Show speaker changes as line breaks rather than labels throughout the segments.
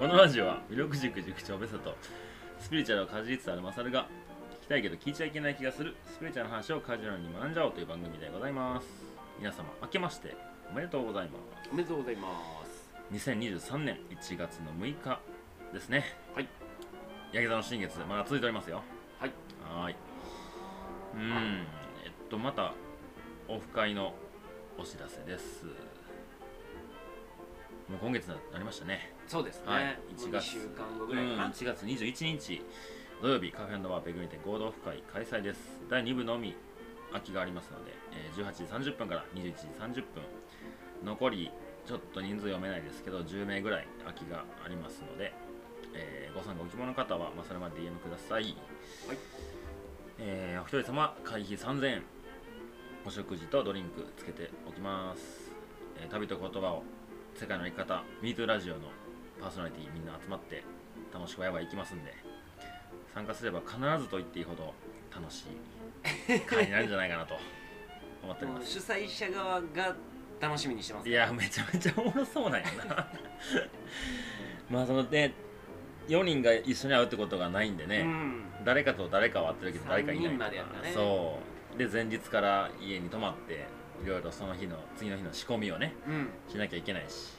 マジは魅力塾塾長ベソとスピリチュアルをかじりつつあるマサルが聞きたいけど聞いちゃいけない気がするスピリチュアルの話をカジュアルに学んじゃおうという番組でございます皆様明けましておめでとうございま
おめでとうございます
す2023年1月の6日ですね
はい
ヤギ座の新月まだ続いておりますよ
はい
はーい。うーん、えっと、また、オフ会のお知らせです。もう今月になりましたね。
そうですね、
はい
もう
1
2
月
週間後
う
ぐらいか
ん、
な、
1月21日土曜日、カフェバーペグミ店合同オフ会開催です。第2部のみ、空きがありますので、えー18時30分から21時30分、残り、ちょっと人数読めないですけど、10名ぐらい空きがありますので、えーご参加お希望の方は、まあ、それまで DM ください。
はい
えーお一人様会費3000円お食事とドリンクつけておきます、えー旅と言葉を世界の生き方 MeToo ラジオのパーソナリティみんな集まって楽しくやばい行きますんで参加すれば必ずと言っていいほど楽しい会になるんじゃないかな と思っており
も
ま
う
す
主催者側が楽しみにしてます
いやめちゃめちゃおもろそうなんやな まあそのね4人が一緒に会うってことがないんでね、
うん
誰かと誰かは会ってるけど誰かいない
三人までやったね
そうで前日から家に泊まっていろいろその日の次の日の仕込みをね
うん
しなきゃいけないし、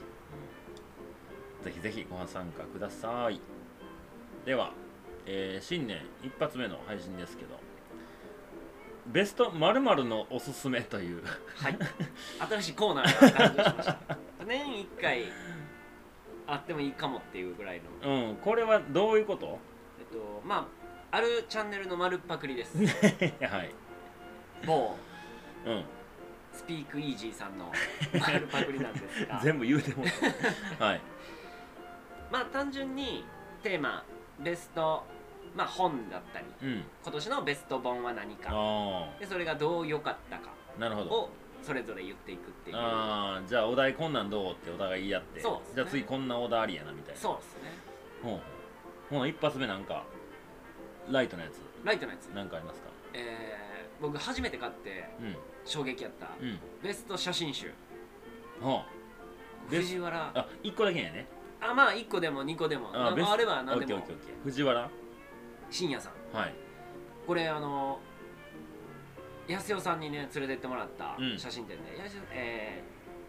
うんぜひぜひご参加くださいでは、えー新年一発目の配信ですけどベスト〇〇のおすすめという
はい新しいコーナーが誕生しました年一回あってもいいかもっていうぐらいの
うんこれはどういうこと
えっとまああるチャンネルの丸っパクリ です
はい
某
うん
スピークイージーさ んの丸パクリなんですが
全部言うてもう たはい
まあ単純にテーマベストまあ本だったり
うん
今年のベスト本は何か
あ
でそれがどう良かったか
あなるほど
をそれぞれ言っていくっていう
ああじゃあお題こんなんどうってお互い言い合って
そうっすね
じゃあ次こんなオーダーありやなみたいな
そうですね
ほうほう一発目なんかライトのやつ
ライトのやつ、
なんかありますか
えー僕初めて買って
う
衝撃やった
んうん
ベスト写真集
ほベス
藤原
うあ一個だけやね
あまあ1個でも2個でも
あ
あ
ベス
あれば
オ
何
ッ
で
ケーオ
も
ッケーオッケー藤原
深夜さん
はい
これあの安代さんにね連れてってもらった
うん
写真展で、やすよえ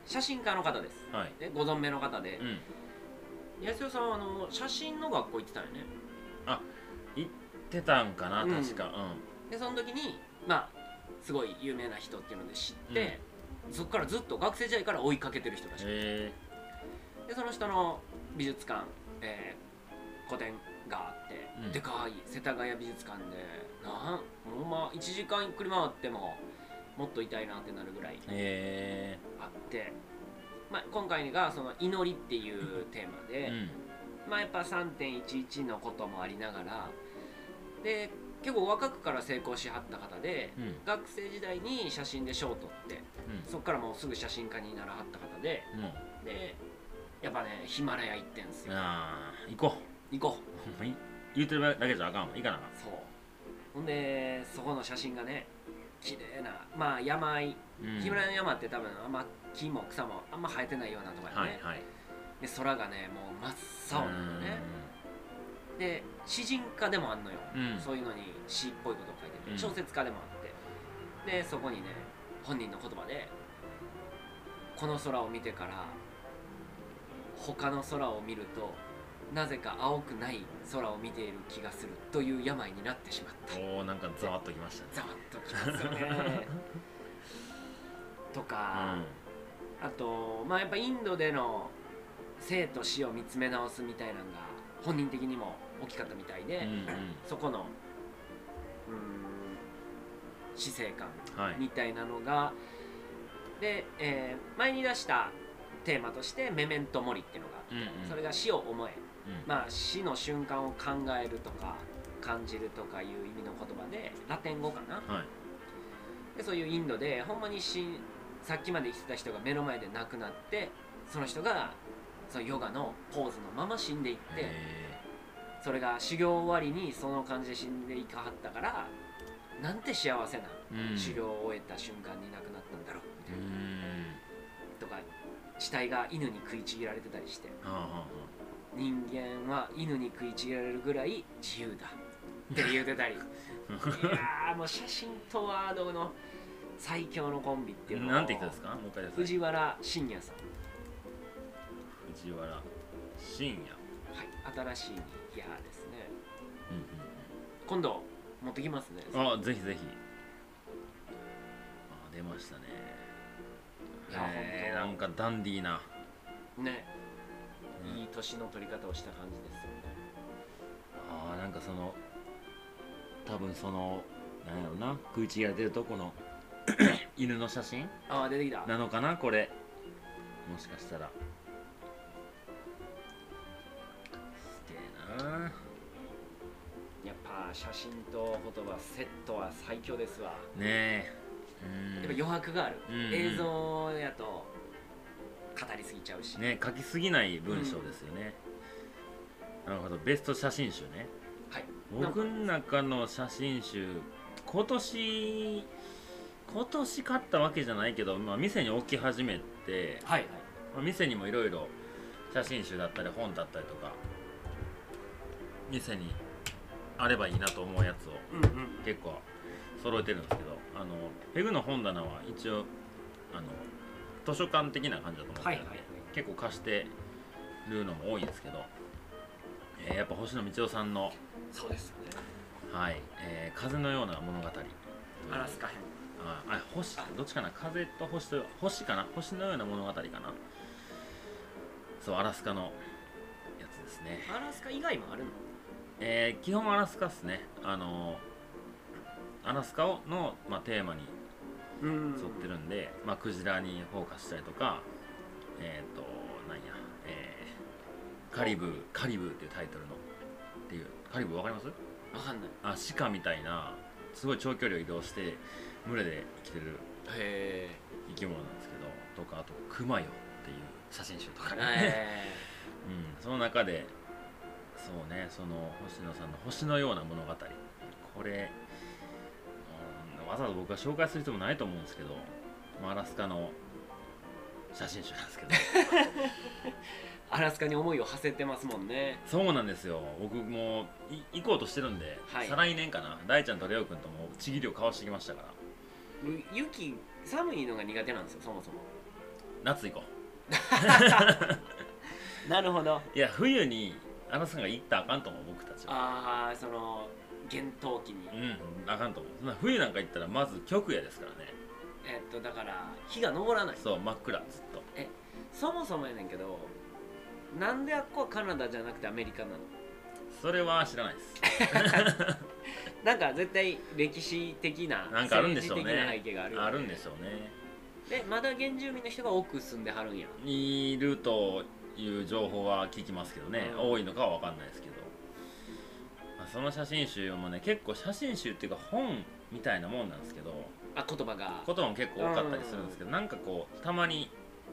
ー写真家の方です
はい
でご存命の方で
う、ん
安代さんはあの写真の学校行ってたよね
てたんかな
うん
確か
でその時にまあすごい有名な人っていうので知って、そこからずっと学生時代から追いかけてる人ら
うん
しい
へえ
でその人の美術館、えー個展があって、
うん
でかい世田谷美術館でなんほんま1時間くり回ってももっと痛いなってなるぐらい
へ
あって、まあ、今回がその祈りっていうテーマ
えう
で、
ん
まあ、やっぱ3.11のこともありながらで結構若くから成功しはった方で
うん
学生時代に写真で賞を取ってそこからもうすぐ写真家にならはった方で
うんも
でやっぱねヒマラヤ行ってんす
う
よ
ああ行こ
行こ
うほんまに言うてるだけじゃあかんわ行かなあか
うそうほんでそこの写真がね綺麗なまあ山あい
んうん
ヒマラヤの山って多分あんま木も草もあんま生えてないようなとこやね、
はいはい
で空がねもう真っ青なんだよねで詩人家でもあんのよ、
うんうん
そういうのに詩っぽいことを書いて
うん
る小説家でもあってでそこにね本人の言葉で「この空を見てから他の空を見るとなぜか青くない空を見ている気がする」という病になってしまった
おーなんかざわっときましたね
ざわっときますよねとか、あとまあやっぱインドでの生と死を見つめ直すみたいなのが本人的にも大きかったみたい
う
で、
んうん
そこのうーん死生観
うんはい
みたいなのがで、えー前に出したテーマとして「メメントモリ」っていうのがあって、
うんうん
それが死を思え、
うん
まあ、死の瞬間を考えるとか感じるとかいう意味の言葉でラテン語かな
はい
でそういうインドでほんまに死んさっきまで生きてた人が目の前で亡くなってその人がそのヨガのポーズのまま死んでいって
へ
それが修行終わりにその感じで死んでいかはったからなんて幸せな
ーうん
修行を終えた瞬間に亡くなったんだろう
う
みたいな、
ん
とか死体が犬に食いちぎられてたりして
はあはあは
人間は犬に食いちぎられるぐらい自由だって言 うてたりいやーもう写真とワードの最強のコンビっていうのを
なんて人ですかもう一回です
藤原信也さん、
藤原信也
はい、新しいヤーですね
うん
今度持ってきますね
うんうんあぜひぜひあ出ましたね
いや
えーな
ほん
ん
と
かダンディーな、
ね
うん
いい年の取り方をした感じですよね
あーなんかその多分そのなんやろな食い違いが出るとこ の犬の写真
ああ出てきた
なのかなこれもしかしたらすげえな
やっぱ写真と言葉セットは最強ですわ
ねえ
やっぱ
うん
余白がある、
うんうん
映像やと語りすぎちゃうし、
ね書きすぎない文章ですよね、なるほどベスト写真集ね
はい
僕の中の写真集今年今年買ったわけじゃないけど、まあ、店に置き始めて、
はいはい
まあ、店にもいろいろ写真集だったり本だったりとか店にあればいいなと思うやつを
うんうん
結構揃えてるんですけどあのペグの本棚は一応あの図書館的な感じだと思って
はい
るん
は
で、
いはい
結構貸してるのも多いんですけど、えーやっぱ星野道夫さんの
そうですよ
「
ね
はいえー風のような物語」
アラスカ編
ああ星どっちかな風と星と星かな星のような物語かなそうアラスカのやつですね
アラスカ以外もあるの
えー基本アラスカっすねあのアラスカをの、まあ、テーマに
うん
沿ってるんで、まあ、クジラにフォーカスしたりとかえっ、となんや、えーカリブーカリブーっていうタイトルのっていうカリブーわかります
わかんない
あシカみたいなすごい長距離を移動して群れで生きてる
へ
生き物なんですけどとかあと「クマよ」っていう写真集とかね、
え
うん、その中でそうねその星野さんの「星のような物語」これ、うん、わざわざ僕は紹介する必要もないと思うんですけど、まあ、アラスカの写真集なんですけど
アラスカに思いを馳せてますもんね
そうなんですよ僕もい行こうとしてるんで、
はい
再来年かな大ちゃんとレオ君ともちぎりを交わしてきましたから
ゆ雪寒いのが苦手なんですよそもそも
夏行こ
なるほど
ういや冬にアラスカが行ったらあかんと思う僕たちは
ああその厳冬期に、
うん、あかんと思うそんな冬なんか行ったらまず極夜ですからね
えっとだから日が昇らない
そう真っ暗ずっと
そもそもやねんけどなんであっこはカナダじゃなくてアメリカなの
それは知らないです
なんか絶対歴史的な
なんかあるんでしょうね
政治的な背景があるよね
あるんでしょうね
でまだ原住民の人が多く住んではるんや
いるという情報は聞きますけどね、
うん
多いのかは分かんないですけど、まあ、その写真集もね結構写真集っていうか本みたいなもんなんですけど
あ言葉が
言葉も結構多かったりするんですけど、なんかこうたまに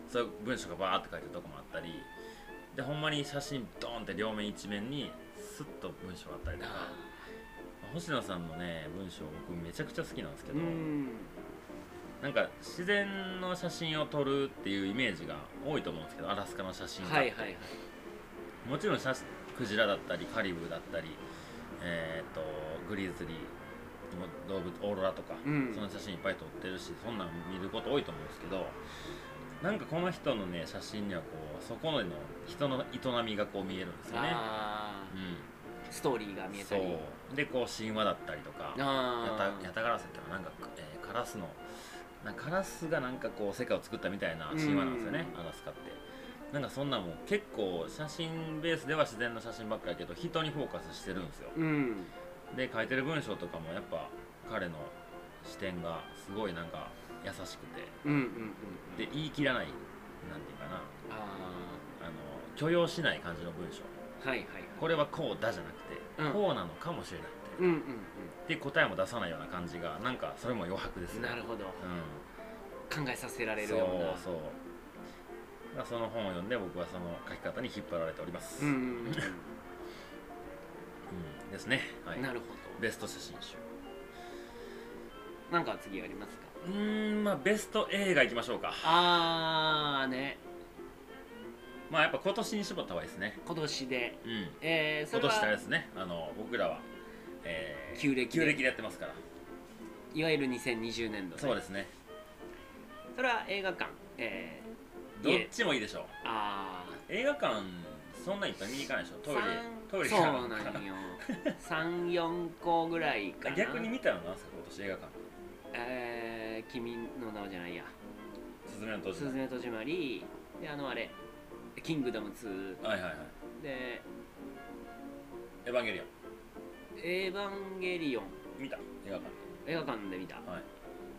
そういう文章がバーって書いてるとこもあったりでほんまに写真ドーンって両面一面にスッと文章があったりとか
あ。
星野さんのね文章僕めちゃくちゃ好きなんですけ
ー
ど、
うん
なんか自然の写真を撮るっていうイメージが多いと思うんですけどアラスカの写真家って、
はいはいはい
もちろん写クジラだったりカリブーだったり、えー、とグリズリー動物オーロラとか、
うん
その写真いっぱい撮ってるしそんなん見ること多いと思うんですけどなんかこの人のね写真にはこうそこの人の営みがこう見えるんですよね。
あ
う
ー
ん
ストーリーが見えた
そ
り
うでこう神話だったりとかヤタ
あー
ヤタガラスってのはなんか、えーカラスのなんかカラスがなんかこう世界を作ったみたいな神話なんですよね
う
アラスカってなんかそんなもん結構写真ベースでは自然の写真ばっかりやけど人にフォーカスしてるんですよ
うん
で書いてる文章とかもやっぱ彼の視点がすごいなんか優しく
うんうんうん
てで言い切らないなんていうかな
あ
あの許容しない感じの文章
あはいはいはい
これはこうだじゃなくて、
うん
こうなのかもしれない
うんうん
で答えも出さないような感じがなんかそれも余白です
うん
ね
なるほど
うん
考えさせられるような
そうそうまあその本を読んで僕はその書き方に引っ張られております、
うん
う
うん
んですね、は
う
い
ん、なるほ
ベスト写真集
どなんか次ありますか
うーんまあベスト映画いきましょうか
あーね
まあやっぱ今年に絞った方がいいですね
今年で、
うん
えー、そ
今
れ
年ってあれ
は
ですねあの僕らは、えー
旧暦で
旧暦でやってますから
いわゆる2020年度
そうですね
それは映画館、え
どっちもいいでしょう
ー、ああ
映画館そんないっぱい見に行かないでしょトイレトイレし
そう
か
なんよ34個ぐらいかな
逆に見たよな今年映画館
えー、君の名はじゃないや
「すずめの
「
戸
す
締ま
ず
り
めの戸締まり」であのあれ「キングダム2」
はいはいはい
で
「エヴァンゲリオン
「エヴァンゲリオン」」
見た映画館
映画館で見た、
は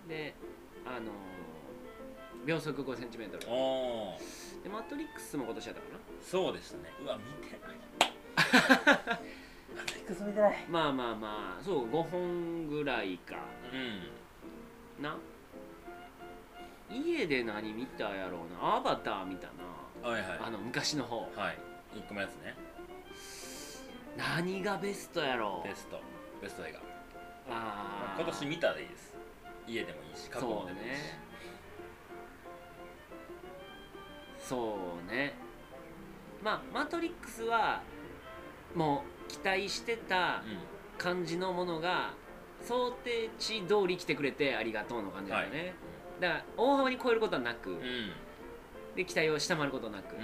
であのー秒速 5cm
いおお
で「マトリックス」も今年やったかな
そうでしたねうわ見てないマトリックス見てない
まあまあまあそう5本ぐらいか
うん
な家で何見たやろうなアバター見たな
はいはい
あの昔の方
はい1個目のやつね
何がベストやろう
ベストベスト映画
あー
今年見たでいいです家でもいいし過去
そ
の
う
でもいい
ね
し
そうねまあ「マトリックス」はもう期待してた感じのものが想定値通り来てくれてありがとうの感じだよね、だから大幅に超えることはなく、
うんうん
で期待を下回ることなく、
うん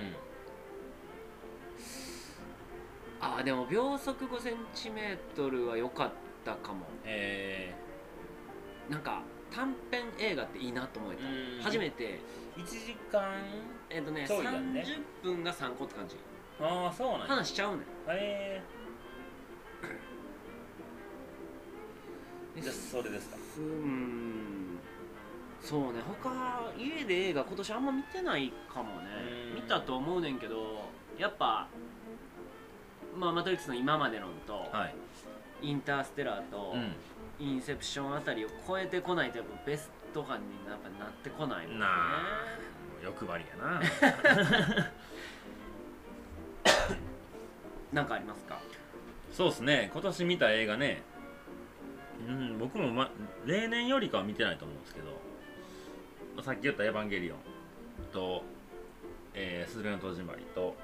ああでも秒速 5cm は良かったかも
え
なんか短編映画っていいなと思えた、
うん
初めて
ー、1時間
えっ、とね
ちょいだね
30分が3個って感じ
ああそうなんや
話しちゃうねん
え
で
ー、じゃあそれですか
うーんそうね他家で映画今年あんま見てないかもね
うん
見たと思うねんけどやっぱまあマトリックスの今までのんと、
はい
インターステラーと、インセプションあたりを超えてこないとやっぱベスト感にやっぱなってこないもんね
なあ欲張りやな
なんかありますか
そうっすね今年見た映画ねうん僕も、ま、例年よりかは見てないと思うんですけど、まあ、さっき言った「エヴァンゲリオン」と「えーすずめの戸締まり」と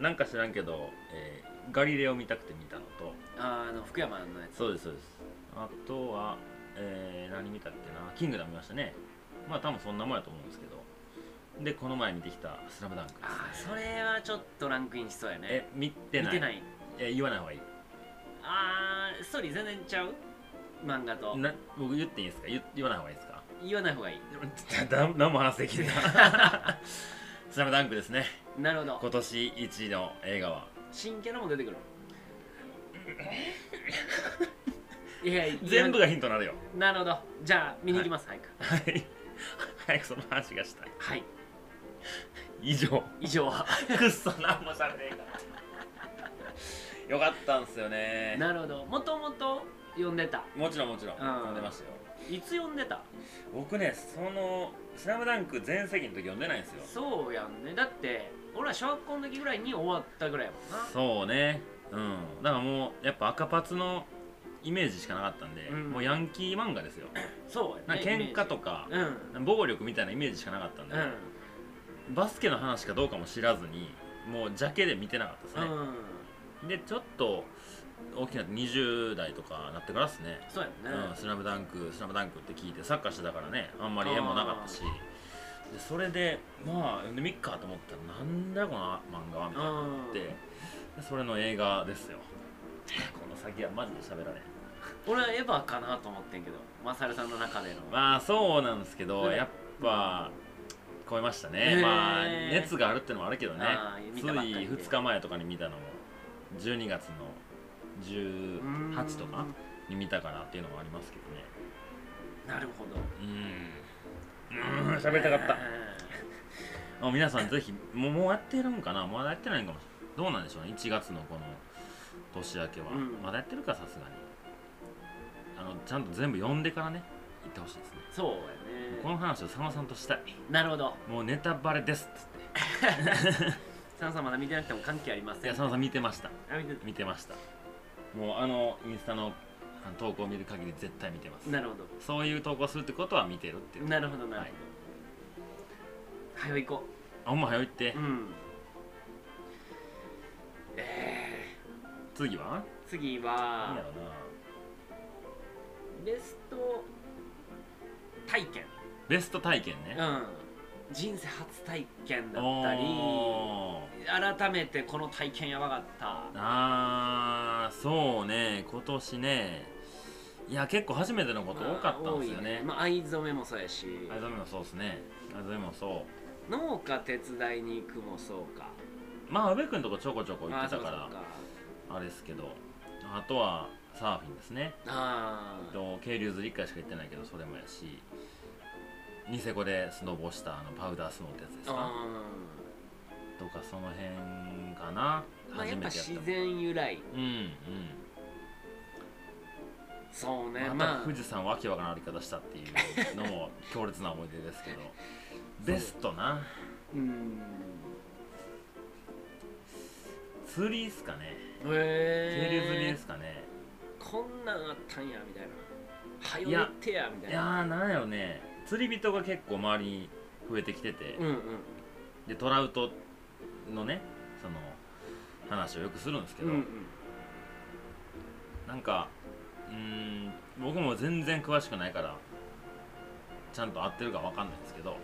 なんか知らんけど、えーガリレオ」見たくて見たのと
あの福山のやつ
そうですそうですあとは、えー何見たっけな「キングダム」見ましたねまあ多分そんなもんやと思うんですけどでこの前見てきた「スラムダンクですね
あーそれはちょっとランクインしそうやね
え見てない
見てない
え言わない方がいい
あーストーリー全然ちゃう漫画と
な僕言っていいですか言言わない方がいいですか
言わない方がいい
ちょっと だ何も話せきれない「スラムダンクですね
なるほど
今年一の映画は
新キャラも出 てくるいやいや
全部がヒントになるよ
なるほどじゃあ見に行きます、早く
はい早くその話がしたい
はい
以上
以上は
くっそ何もしゃべれんからよかったんすよね
なるほどもともと呼んでた
もちろんもちろん
うん
読んでましたよ
いつ呼んでた
僕ねその「スラムダンク全盛期の時読んでないんですよ
そうやんねだって俺ら小学校の時ぐらいに終わったぐらいやもんな
そうねうんだからもうやっぱ赤パツのイメージしかなかったんで、
うん
もうヤンキー漫画ですよ
そう
な
や
ん
ね
か喧嘩とか
イメージ
暴力みたいなイメージしかなかったんで、
うん
バスケの話かどうかも知らずにもうジャケで見てなかったですね
うん、、うん、
でちょっと大きなって20代とかなってからですね
そう
「う
やんね、
ん、スラムダンクスラムダンクって聞いてサッカーしてたからねあんまり縁もなかったしでそれでまあ読んでみっかと思ったらなんだこの漫画はみたいになって
うん
でそれの映画ですよ この先はマジで喋られん
俺はエヴァかなと思ってんけどマサルさんの中での、
まあそうなんですけ
う
ど
ん
やっぱ超えましたね、
へー
まあ熱があるってのもあるけどね
あー
つ
見
い
たばっかりで
2日前とかに見たのも12月の18とかに見たからっていうのもありますけどね
なるほど
うんうーん喋りたかったあ皆さんぜひもうもうやってるんかなまだやってないんかもしれないどうなんでしょうね1月のこの年明けは、
うん
まだやってるかさすがにあのちゃんと全部読んでからね行ってほしいですね
そうや
こ
ね
の話をさんまさんとしたい
なるほど
もうネタバレですっつって
サンさんまだ見てなくても関係ありま
い
せん
や、さんまさん見てました。
あ見て
見てました。もうあのインスタのあの投稿を見る限り絶対見てます。
なるほど
そういう投稿するってことは見てるっていう。
なるほどなるほど、
はい
早い行こう
あほんま早いって
うんえ
次は
ー、次
何やろ
は
な
ベスト体験
ベスト体験ね
うん人生初体験だったり
おー
改めてこの体験やばかった
あーそうね今年ねいや結構初めてのこと多かったんですよね
まあ、多いまあ、藍染めもそうやし
藍染めもそうですね藍染めもそう
農家手伝いに行くもそうか
まあ宇部君とこちょこちょこ行っ
ああ
てた
そうか
か
そう
ら
か
あれですけどあとはサーフィンですね
あ
えっ
ー
と渓流釣り一回しか行ってないけどそれもやしニセコでスノボしたあのパウダースノーってやつですか
あ
とかその辺かな
ーまあ
初め
やっ
てやったも
ぱ自
ん
然由来
うん
そう
うん、
ね
あとは
まあ
富士山をわけわからん歩き方したっていうのも強烈な思い出ですけどベストな
うん
釣りですかね渓流釣り
へ
で
え
すかね、
こんなんあったんやみたいなはよ
いや
行ってやみたい
いや
な
ーなんやろね釣り人が結構周りに増えてきてて、
うんうん
でトラウトのねその話をよくするんですけ
うん
ど、
うん
なんかうーん僕も全然詳しくないからちゃんと合ってるかわかんないんですけど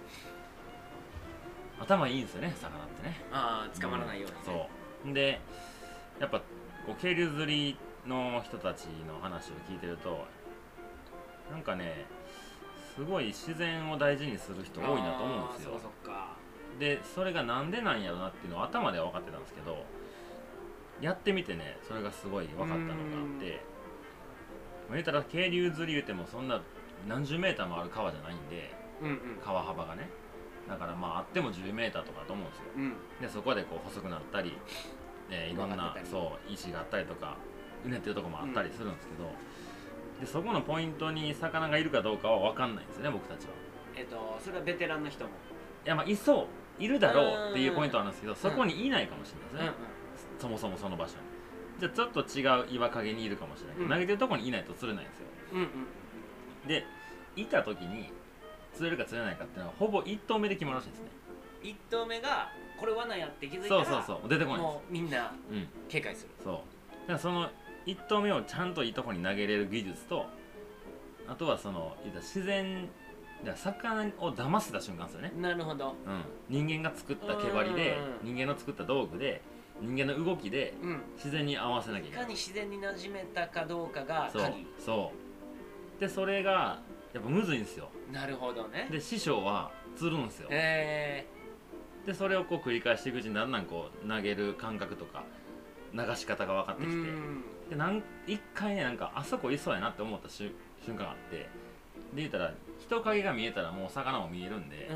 頭いいんですよね魚ってね
ああ捕まらないようにね
そうでやっぱこう渓流釣りの人たちの話を聞いてるとなんかねすごい自然を大事にする人多いなと思うんですよ
あーそっかそっか
でそれがなんでなんやろなっていうのは頭では分かってたんですけどやってみてねそれがすごい分かったのがあってまあ言うたら渓流釣り言うてもそんな何十メーターもある川じゃないんで
うんうん
川幅がねだからまああっても10メーターとかだと思うんですよ
うん
でそこでこう細くなったり、えーいろん
曲が
な
ってたり
そう石があったりとかうねってるとこもあったりするんですけど、でそこのポイントに魚がいるかどうかは分かんないんですよね僕たちは。
えっとそれはベテランの人も
いやまあいそういるだろうっていうポイントはあるんですけどそこにいないかもし
う
れないですね、そもそもその場所にじゃあちょっと違う岩陰にいるかもしれないけど、
うん
投げてるとこにいないと釣れないんですよ
うんうん
でいた時に釣れるか釣れないかっていうのはほぼ1投目で決まるらしいんですね
一投目がこれ罠やって気づいた
そ
ら
うそうそう出てこないんで
もうみんな
すうん
警戒する
そうだからその1投目をちゃんといいとこに投げれる技術とあとはその言うたら自然だから魚を騙せた瞬間ですよね
なるほど
うん、人間が作った毛針で
う
人間の作った道具で人間の動きで
うん
自然に合わせなきゃい
い
けな
か
い
に自然に馴染めたかどうかが
そう
鍵
そうでそれがやっぱむずいんですよ
なるほどね
で師匠は釣るんですよ
え
でそれをこう繰り返していくうちにだんだんこう投げる感覚とか流し方が分かっ
ー、
て
う
きて
ん
でなん一回ねなんかあそこいそうやなって思った瞬瞬間があってで言ったら人影が見えたらもう魚も見えるんで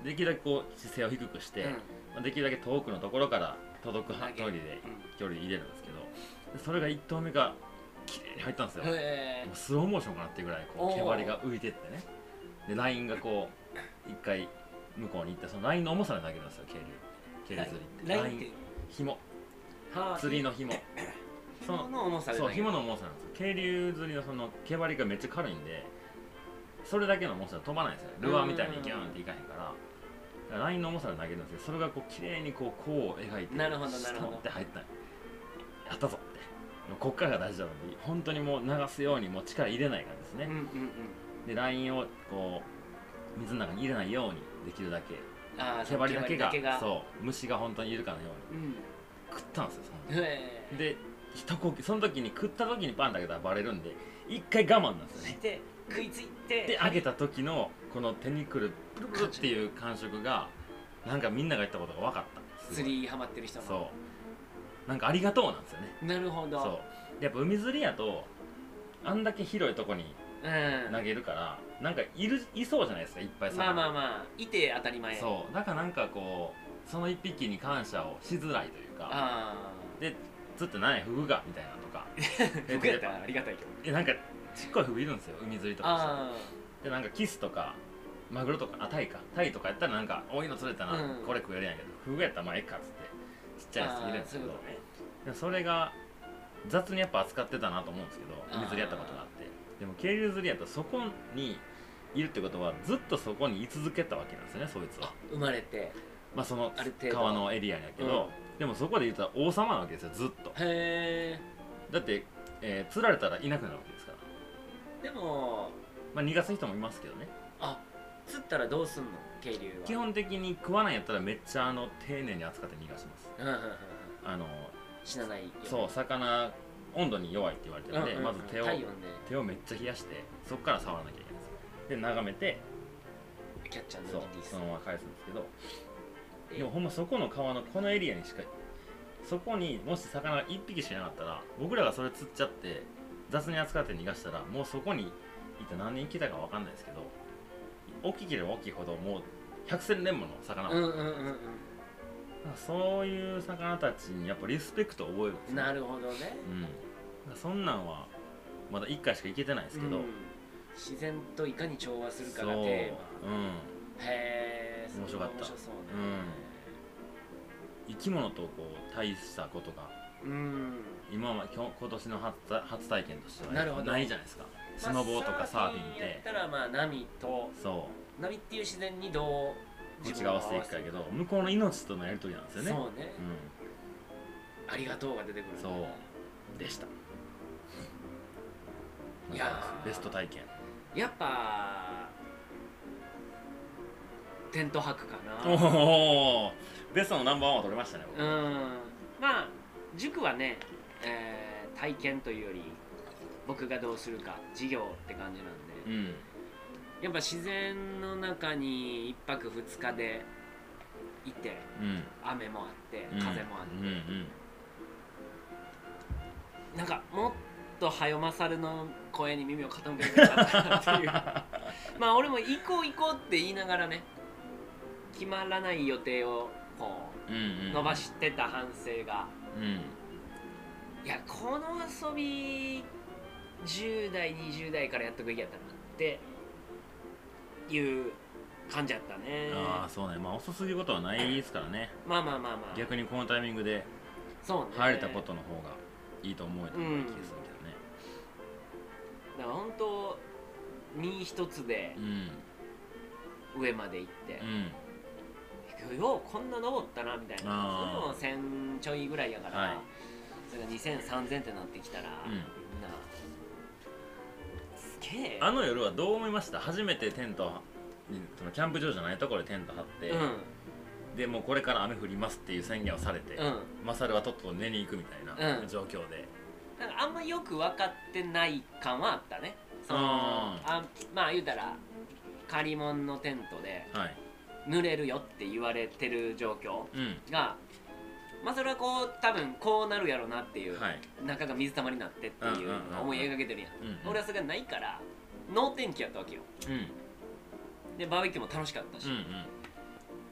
う、ん
できるだけこう姿勢を低くして、
うん
まあできるだけ遠くのところから届くは
投げ
距離で距離入れるんですけどでそれが1投目がきれいに入ったんですよ
うん、え
もうスローモーションかなっていうぐらいこ
お
う
ー
毛針が浮いてってねでラインがこう1回向こうに行ってそのラインの重さで投げるんですよ渓流渓
ー、
流
ラ
釣りって
ラインって
紐
はあ
釣りの紐そ
紐
の
の重さで
そう
投げる
紐の重さなんですよ渓流釣りのその毛針がめっちゃ軽いんでそれだけの重さで飛ばないんですよルアーみたいにギャーンっていかへんからだからラインの重さで投げるんですけどそれがこう綺麗にこう弧を描いて
なるほどなるほど
ストンって入ったんややったぞってこっからが大事なので本当にもう流すようにもう力入れない感じですね、
うんうん
でラインをこう水の中に入れないようにできるだけ
うんああ
毛針だけが
う、
そう虫が本当にいるかのよう
うん、
に食ったんですよその時
えー、
で一呼吸その時に食った時にパンだけたらバレるんで一回我慢なんですよ
し
ね
て食いついて
で揚げた時のこの手にくるプルプルっていう感触がなんかみんなが言ったことが分かった
釣りハマってる人も
そうなんかありがとうなんですよね
なるほど
そうでやっぱ海釣りやとあんだけ広いとこに
う、ん、
投げるからなんかいるいそうじゃないですかいっぱい魚
まあまあまあいて当たり前
そうだからなんかこうその一匹に感謝をしづらいというか
あ
で釣ってないフグがみたいなと か
あ服やったらありがたいけど
えなんかちっこいフグいるんですよ海釣りとかして
あ
でなんかキスとかマグロとかあタイかタイとかやったらなんか「おいの釣れたな、
うん
これ食えるんやけどフグやったらまあええか」っつってちっちゃいやつ入れるんですけど
あーそういう
でもそれが雑にやっぱ扱ってたなと思うんですけど海釣りやったことがあってでも渓流釣りやったらそこにいるってことはずっとそこに居続けたわけなんですよねそいつは
生まれて
まあ、その
ある程度
川のエリアやけど、でもそこで言ったら王様なわけですよずっと
へ
だって、えー釣られたらいなくなるわけですから、
えでも
まあ、逃がす人もいますけどね
あ釣ったらどうすんの渓流は
基本的に食わないんやったらめっちゃあの丁寧に扱って逃がします
うんうんうんうん
あの
死なないように
そう魚温度に弱いって言われてるんで、
うんうんうん
まず手を
体温で
手をめっちゃ冷やしてそこから触らなきゃいけないんですよで眺めて
キャッチャー
そ
の
う
リリース
そのまま返すんですけど
え
でもほんまそこの川のこのエリアにしかそこにもし魚が1匹しかいなかったら僕らがそれ釣っちゃって雑に扱って逃がしたらもうそこにいて何人来たか分かんないですけど大きければ大きいほどもう百戦錬磨の魚、
うん
なんか
うんうん
そういう魚たちにやっぱリスペクトを覚えるんです
うん
ね
なるほどね
うん、だからそんなんはまだ1回しか行けてないですけど、
うん自然といかに調和するか
そう、
が
うん、
テーマへえ
面白かった
面白そうね
生き物とこう対したことが
うん
今は今今年の初初体験としては
なるほど
ないじゃないですかスノボーとかサーフィンっ、
まあやってたらまあ波と
そ
波っていう自然にどう
うこっちが合わせていくかやけど向こうの命とのやり取りなんです
そ
よ
う
ね
ね、
う
ありがとうが出てくるんだね
んでした
いやー
ベスト体験
やっぱテント泊かな
おおベストのナンバーワンを取れましたね僕
うんまあ塾はね、えー体験というより僕がどうするか授業って感じなんで、
うん
やっぱ自然の中に1泊2日でいて
うん
雨もあって
うん
風もあっ
う
て、
んうん
なんかもっとはよまさるの声に耳を傾けてなかったなって いうまあ俺も行こう行こうって言いながらね決まらない予定をこ
うん
う
うん
伸ばしてた反省が、
うん
いやこの遊び10代20代からやっとくべきやったなっていう感じやったね
ああそうねまあ遅すぎることはないですからね
まあまあまあまあ
逆にこのタイミングで
そうね
入れたことの方がいいと思えたような気がする
だから本当身一つで
けどね
上まで行って
う、んうん
ようこんな登ったなみたいなそれ
あ
も1000ちょいぐらいやから、
はい
それが20003000ってなってきたら、
うん
みんなすげえ
あの夜はどう思いました初めてテントにそのキャンプ場じゃないところでテント張って、
う
でもうこれから雨降りますっていう宣言をされて、
んうん
マサルはとっとと寝に行くみたいな
うん
状況で、
なんかあんまよく分かってない感はあったねその
あ
あまあ言うたら借り物のテントで
はい
濡れるよって言われてる状況
うん
がまあそれはこう多分こうなるやろうなっていう、
はい、
中が水たまりになってっていうのを思い描けてるやん,、
うんうん、
俺はそれがないから能天気やったわけよ
うんうん
でバーベキューも楽しかったし、
うん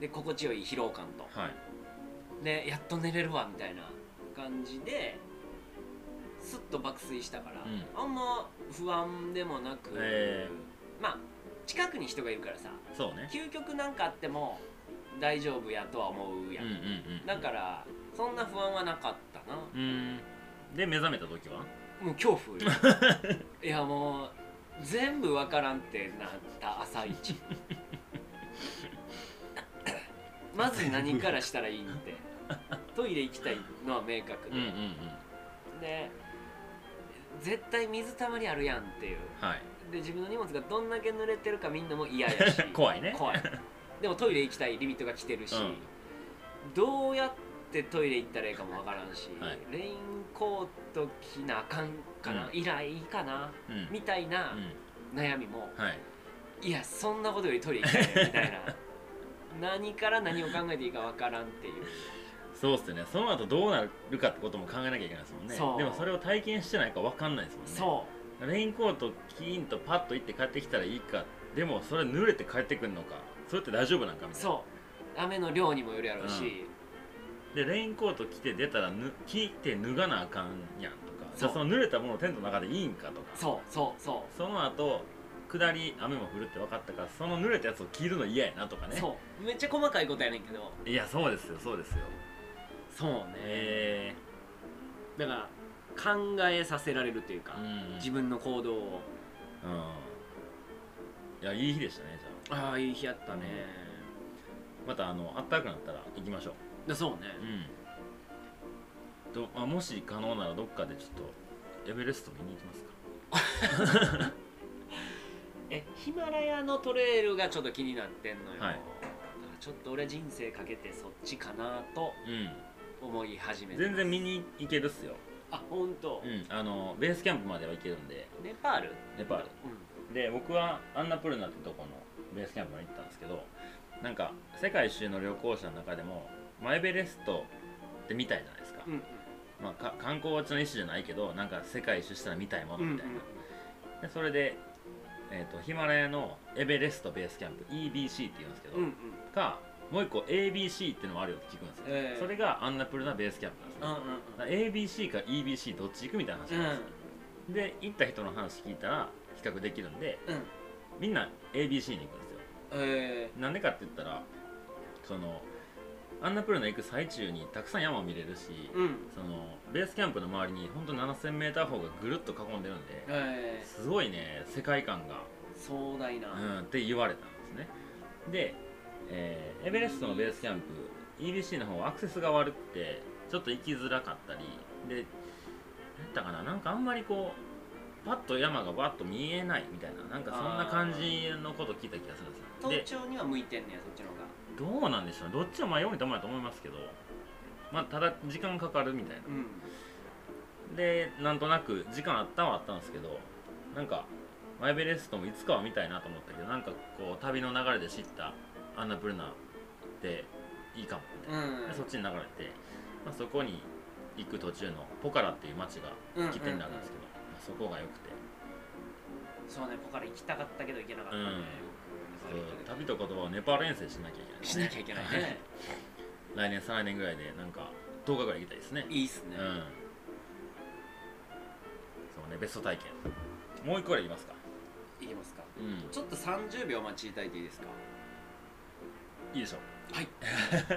で心地よい疲労感と
はい
でやっと寝れるわみたいな感じでスッと爆睡したから、
う
あんま不安でもなく、
え
まあ近くに人がいるからさ
そうね
究極なんかあっても大丈夫やとは思うや、
うんんうんうん
だからそんな不安はなかったな
うんで目覚めた時は
もう恐怖よ いやもう全部わからんってなった朝一まず何からしたらいいんってトイレ行きたいのは明確
う
で、
んうんうん
で絶対水たまりあるやんっていう
はい
で自分の荷物がどんだけ濡れてるかみんなも嫌やし
怖いね
怖いでもトイレ行きたいリミットが来てるし、
うん
どうやってトイレ行ったらいいかもわからんし、
はい
レインコート着なあかんかな、
う
いらいいかな
うん
みたいな
う
悩みも、
んはい
いやそんなことよりトイレ行きたいねみたいな 何から何を考えていいかわからんっていう
そうっすよねその後どうなるかってことも考えなきゃいけないですもんね
そう
でもそれを体験してないから分かんないですもんね
そ
レインコートキーンとパッと行って帰ってきたらいいかでもそれ濡れて帰ってくんのかそれって大丈夫なんかみ
う
たいな
そう雨の量にもよるやろうし、
でレインコート着て出たらぬ着て脱がなあかんやんとか
そう
じゃあその濡れたものをテントの中でいいんかとか
そうそうそう
その後下り雨も降るって分かったからその濡れたやつを着るの嫌やなとかね
そうめっちゃ細かいことやねんけど
いやそうですよそうですよ
そうね、
え
だから考えさせられるというか
ー、うん
自分の行動を
うんいやいい日でしたねじゃあ
ああいい日やったね、
またあのあったかくなったら行きましょ
でそうね
ううんと、まあ、もし可能ならどっかでちょっとエベレスト見に行きますか
えヒマラヤのトレイルがちょっと気になってんのよ、
はい
だからちょっと俺人生かけてそっちかなと
う
思い始め
ん
て
全然見に行けるっすよ
あ本当、
うんあのベースキャンプまでは行けるんで
ネパール
ネパール
う
で僕はアンナプルナってとこのベースキャンプまで行ったんですけどなんか世界一周の旅行者の中でもマイベレストって見たいじゃないですか,、
んうん
まあ、か観光地の一種じゃないけどなんか世界一周したら見たいも
う
の
んうん
みたいな、でそれで、えー、とヒマラヤのエベレストベースキャンプ EBC って言うんですけど、
うんうん
かもう一個 ABC ってのもあるよって聞くんですよ、
ええ
それがアンナプルナベースキャンプなんですね、
うんうんう
だ
ん
から ABC か EBC どっち行くみたいな話なんですよ、で行った人の話聞いたら比較できるんで
うん
みんな ABC に行くんですよ
え
なんでかって言ったらそのアンナプルナ行く最中にたくさん山を見れるし
ー、うん
そのベースキャンプの周りにほんと 7000m 方がぐるっと囲んでるんで
え
すごいね世界観が、
ー、壮大な、
うん、って言われたんですねで、えーエベレストのベースキャンプ EBC の方はアクセスが悪くてちょっと行きづらかったりで何だったかななんかあんまりこうパッと山がバッと見えないみたいななんかそんな感じのこと聞いた気がするんですよで
東京には向いてんねやそっちの方が
どうなんでしょうねどっちも迷うにともやと思いますけどまあただ時間かかるみたいな
うん
でなんとなく時間あったはあったんですけどなんかマイベレストもいつかは見たいなと思ったけどなんかこう旅の流れで知ったアンナプルナっていいかもみたい
うん
な、でそっちに流れて、まあ、そこに行く途中のポカラっていう町が
うん
起点になるんですけど、まあそこが良くて
うんうんそうねポカラ行きたかったけど行けなかったね、
うん
よくネパール行ったけど
旅と言葉をネパール遠征しなきゃいけないです
し
ね
なきゃいけないね
来年再来年ぐらいでなんか10日ぐらい行きたいですね
いいっすね、
うんそうねベスト体験もう一個ぐらい行きますか
いきますか
うん
ちょっと30秒お待ちいただいていいですか
いいでしょう
はいおささん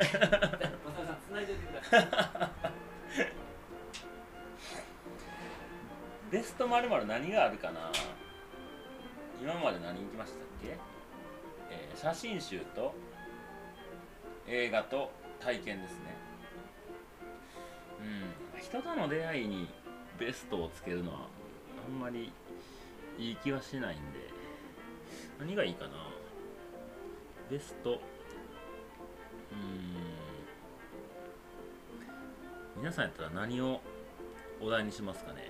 繋いでおいてください
ベストまる何があるかな今まで何行きましたっけ、えー写真集と映画と体験ですねうん人との出会いにベストをつけるのはあんまりいい気はしないんで何がいいかなベストうん皆さんやったら何をお題にしますかね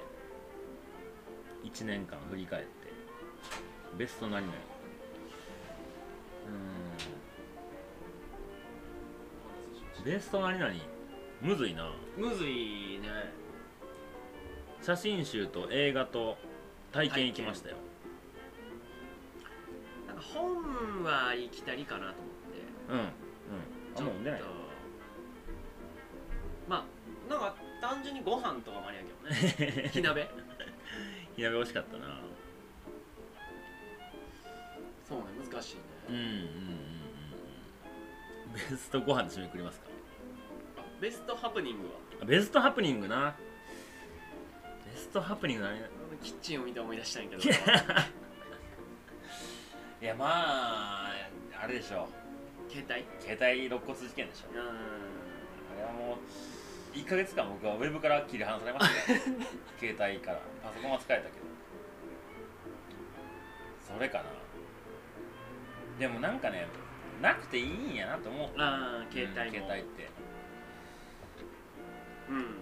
1年間振り返ってベスト何々うーんベスト何々むずいな
むずいね
写真集と映画と体験行きましたよ、
なんか本は行きたりかなと思って
うんうんあ
ちょ
も
っ
う飲んでない
とまあなんか単純にご飯とかもありやけ どね火鍋
火鍋美味しかったな
そうね難しい
うんうんうんうん
ね、
うんベストご飯で締めくりますか
あベストハプニングは
あベストハプニングなベストハプニング何々
キッチンを見て思い出したんやけど
いやまああれでしょ
携帯
う携帯肋骨事件でしょ
う
あれはもう1ヶ月間僕はウェブから切り離されま したよ携帯からパソコンは使えたけどそれかなでもなんかねなくていいんやなと思う
ーんあー携帯
うん
も、
携帯って
うん
うん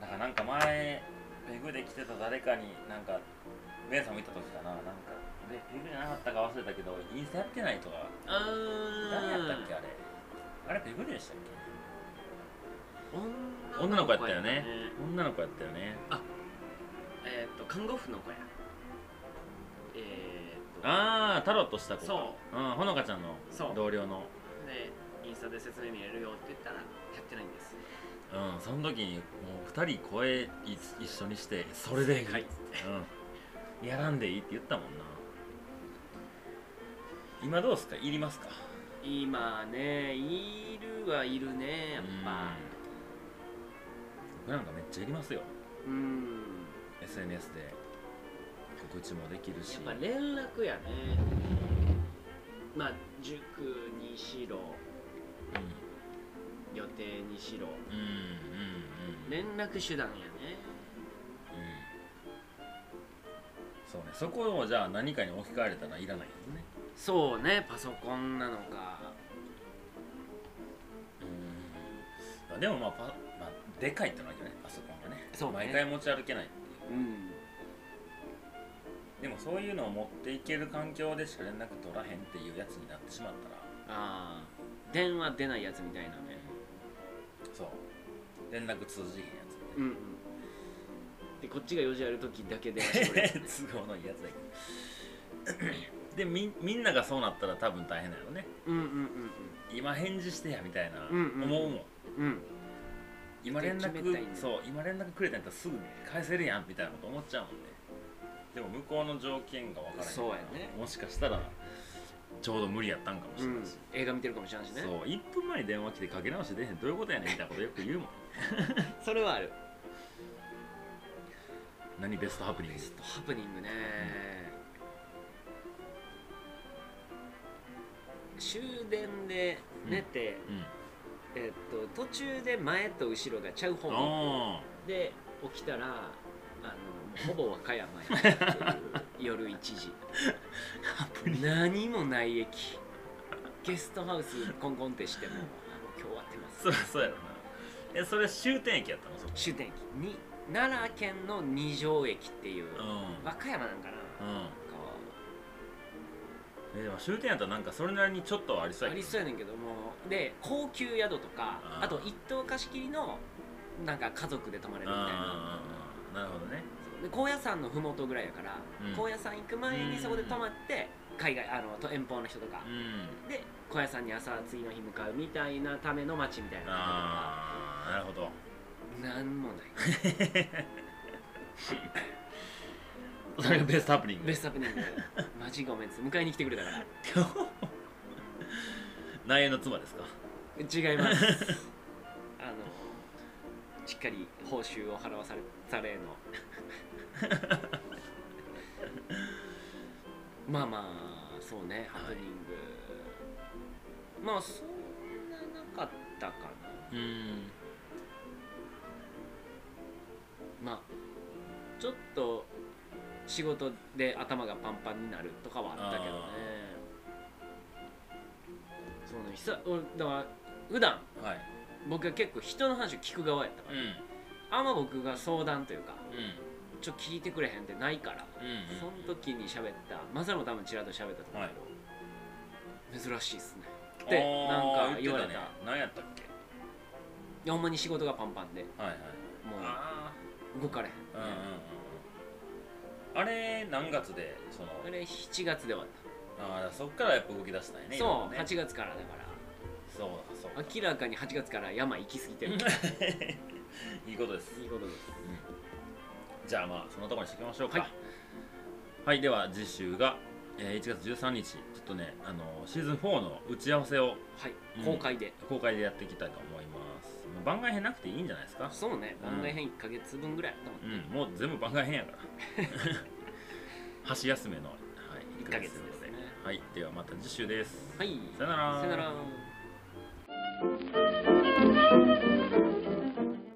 だからなんか前ペグで来てた誰かになんかベンさんもいた時かななんかでペグじゃなかったか忘れたけどインスタやってないとか誰やっ
誰
たっけあれあれペグでしたっけ
け
女の子やったよね女の子やったよね
えーっと看護婦の子やえーっと
ああタロットした子か、
そう
ん、ほのかちゃんの
そう
同僚の
でインスタで説明見れるよって言ったらやってないんです
うんその時にもう2人声い一緒にしてそれでいい、
はい
うん、やらんでいいって言ったもんな今どうすかいりますか
今ねいるはいるねやっぱ
うん僕なんかめっちゃいりますよ
うん
SNS で告知もできるし
やっぱ連絡やねまあ塾にしろ予定にしろ
うんうんうんうん
連絡手段やね
そうねそこをじゃあ何かに置き換えれたらいらないよね
そうねパソコンなのか
まあでもまあパ、まあ、でかいってのはいいよねパソコンがね
そうね
毎回持ち歩けない
うん
でもそういうのを持っていける環境でしか連絡取らへんっていうやつになってしまったら
ああ電話出ないやつみたいなね
そう連絡通じへんやつ
うんうんでこっちが用事ある時だけ電話してくれるやつね
都合のいいやつだけどでみみんながそうなったら多分大変だよね
うんうん
今返事してやみたいな
うんうんうん
思うもん
うんうん
今連
決めたい
絡
ね
そう今連絡くれたんやったらすぐ返せるやんみたいなこと思っちゃうもんねでも向こうの条件が分からへんから
そうやね
もしかしたらちょうど無理やったんかもし
う
れ
ん、う
なんいし、、
映画見てるかもしれないしね
そう1分前に電話来てかけ直して出へんどういうことやねんみたいなことよく言うもん
それはある
何ベストハプニング
ハプニングね、終電で寝て、
うん
えっと途中で前と後ろがちゃう方面
あ
で起きたらあのほぼ和歌山やったっ ていう夜1時何もない駅ゲストハウスコンコンってしてもあもう今日終わってま
あ
す
そりゃそうやろなえそれ終点駅やったのそこ
終点駅に奈良県の二条駅っていう和歌山なんかな
うんうん
なんか
えでも終点やったらなんかそれなりにちょっとはありそう
あ
や
り
けど
そうやねんけどもで高級宿とか
あ
あ
ー
と一等貸し切りのなんか家族で泊まれるみたいな
ああなるほどね
で高野山のふもとぐらいやから、
うん
高野山行く前にそこで泊まって海外あのと遠方の人とか
う、ん
で高野山に朝次の日向かうみたいなための街みたいな
ああなるほど
なんもない
それがベストハプニング
ベストアップニングマジごめんっす迎えに来てくれたから
内縁の妻ですか
違います あのしっかり報酬を払わされさ れのまあまあそうねハプニング、まあそんななかったかな
うん
まあちょっと仕事で頭がパンパンになるとかはあったけどねそうね久俺だから普段
はい
僕は結構人の話を聞く側やったから
うん
あんま僕が相談というか
う
ちょっと聞いてくれへんってないから、
んうん
その時に喋ったマサも多分ちらっと喋ったと思うけど、珍しいっすねってなんか言われた
ね、何やったっけ
いやほんまに仕事がパンパンでも
はいはいうあ
動かれへん、
あうんうんうんうんあれ何月でその
あれ7月で終わっ
ああそっからやっぱ動き出したんや
た、
ね
そう、
八
8月からだか
そうだそう
ら明らかに8月から山行き過ぎてるい
いいことです
いことです
じゃあまあそのところにしておきましょうかは
はいい、
では次週が、えー1月13日ちょっとねあのシーズン4の打ち合わせを
はい
うん
公開で、
公開でやっていきたいと思いますまあ番外編なくていいんじゃないですか
そうね
うん
番外編1か月分ぐらいあったもん、
うんもう全部番外編やから 箸休めの、はい、1
一ヶ
ヶ
月
月
で
と
す
いう
ね
ことで、はい、ではまた次週です
はい
さよなら
さよなら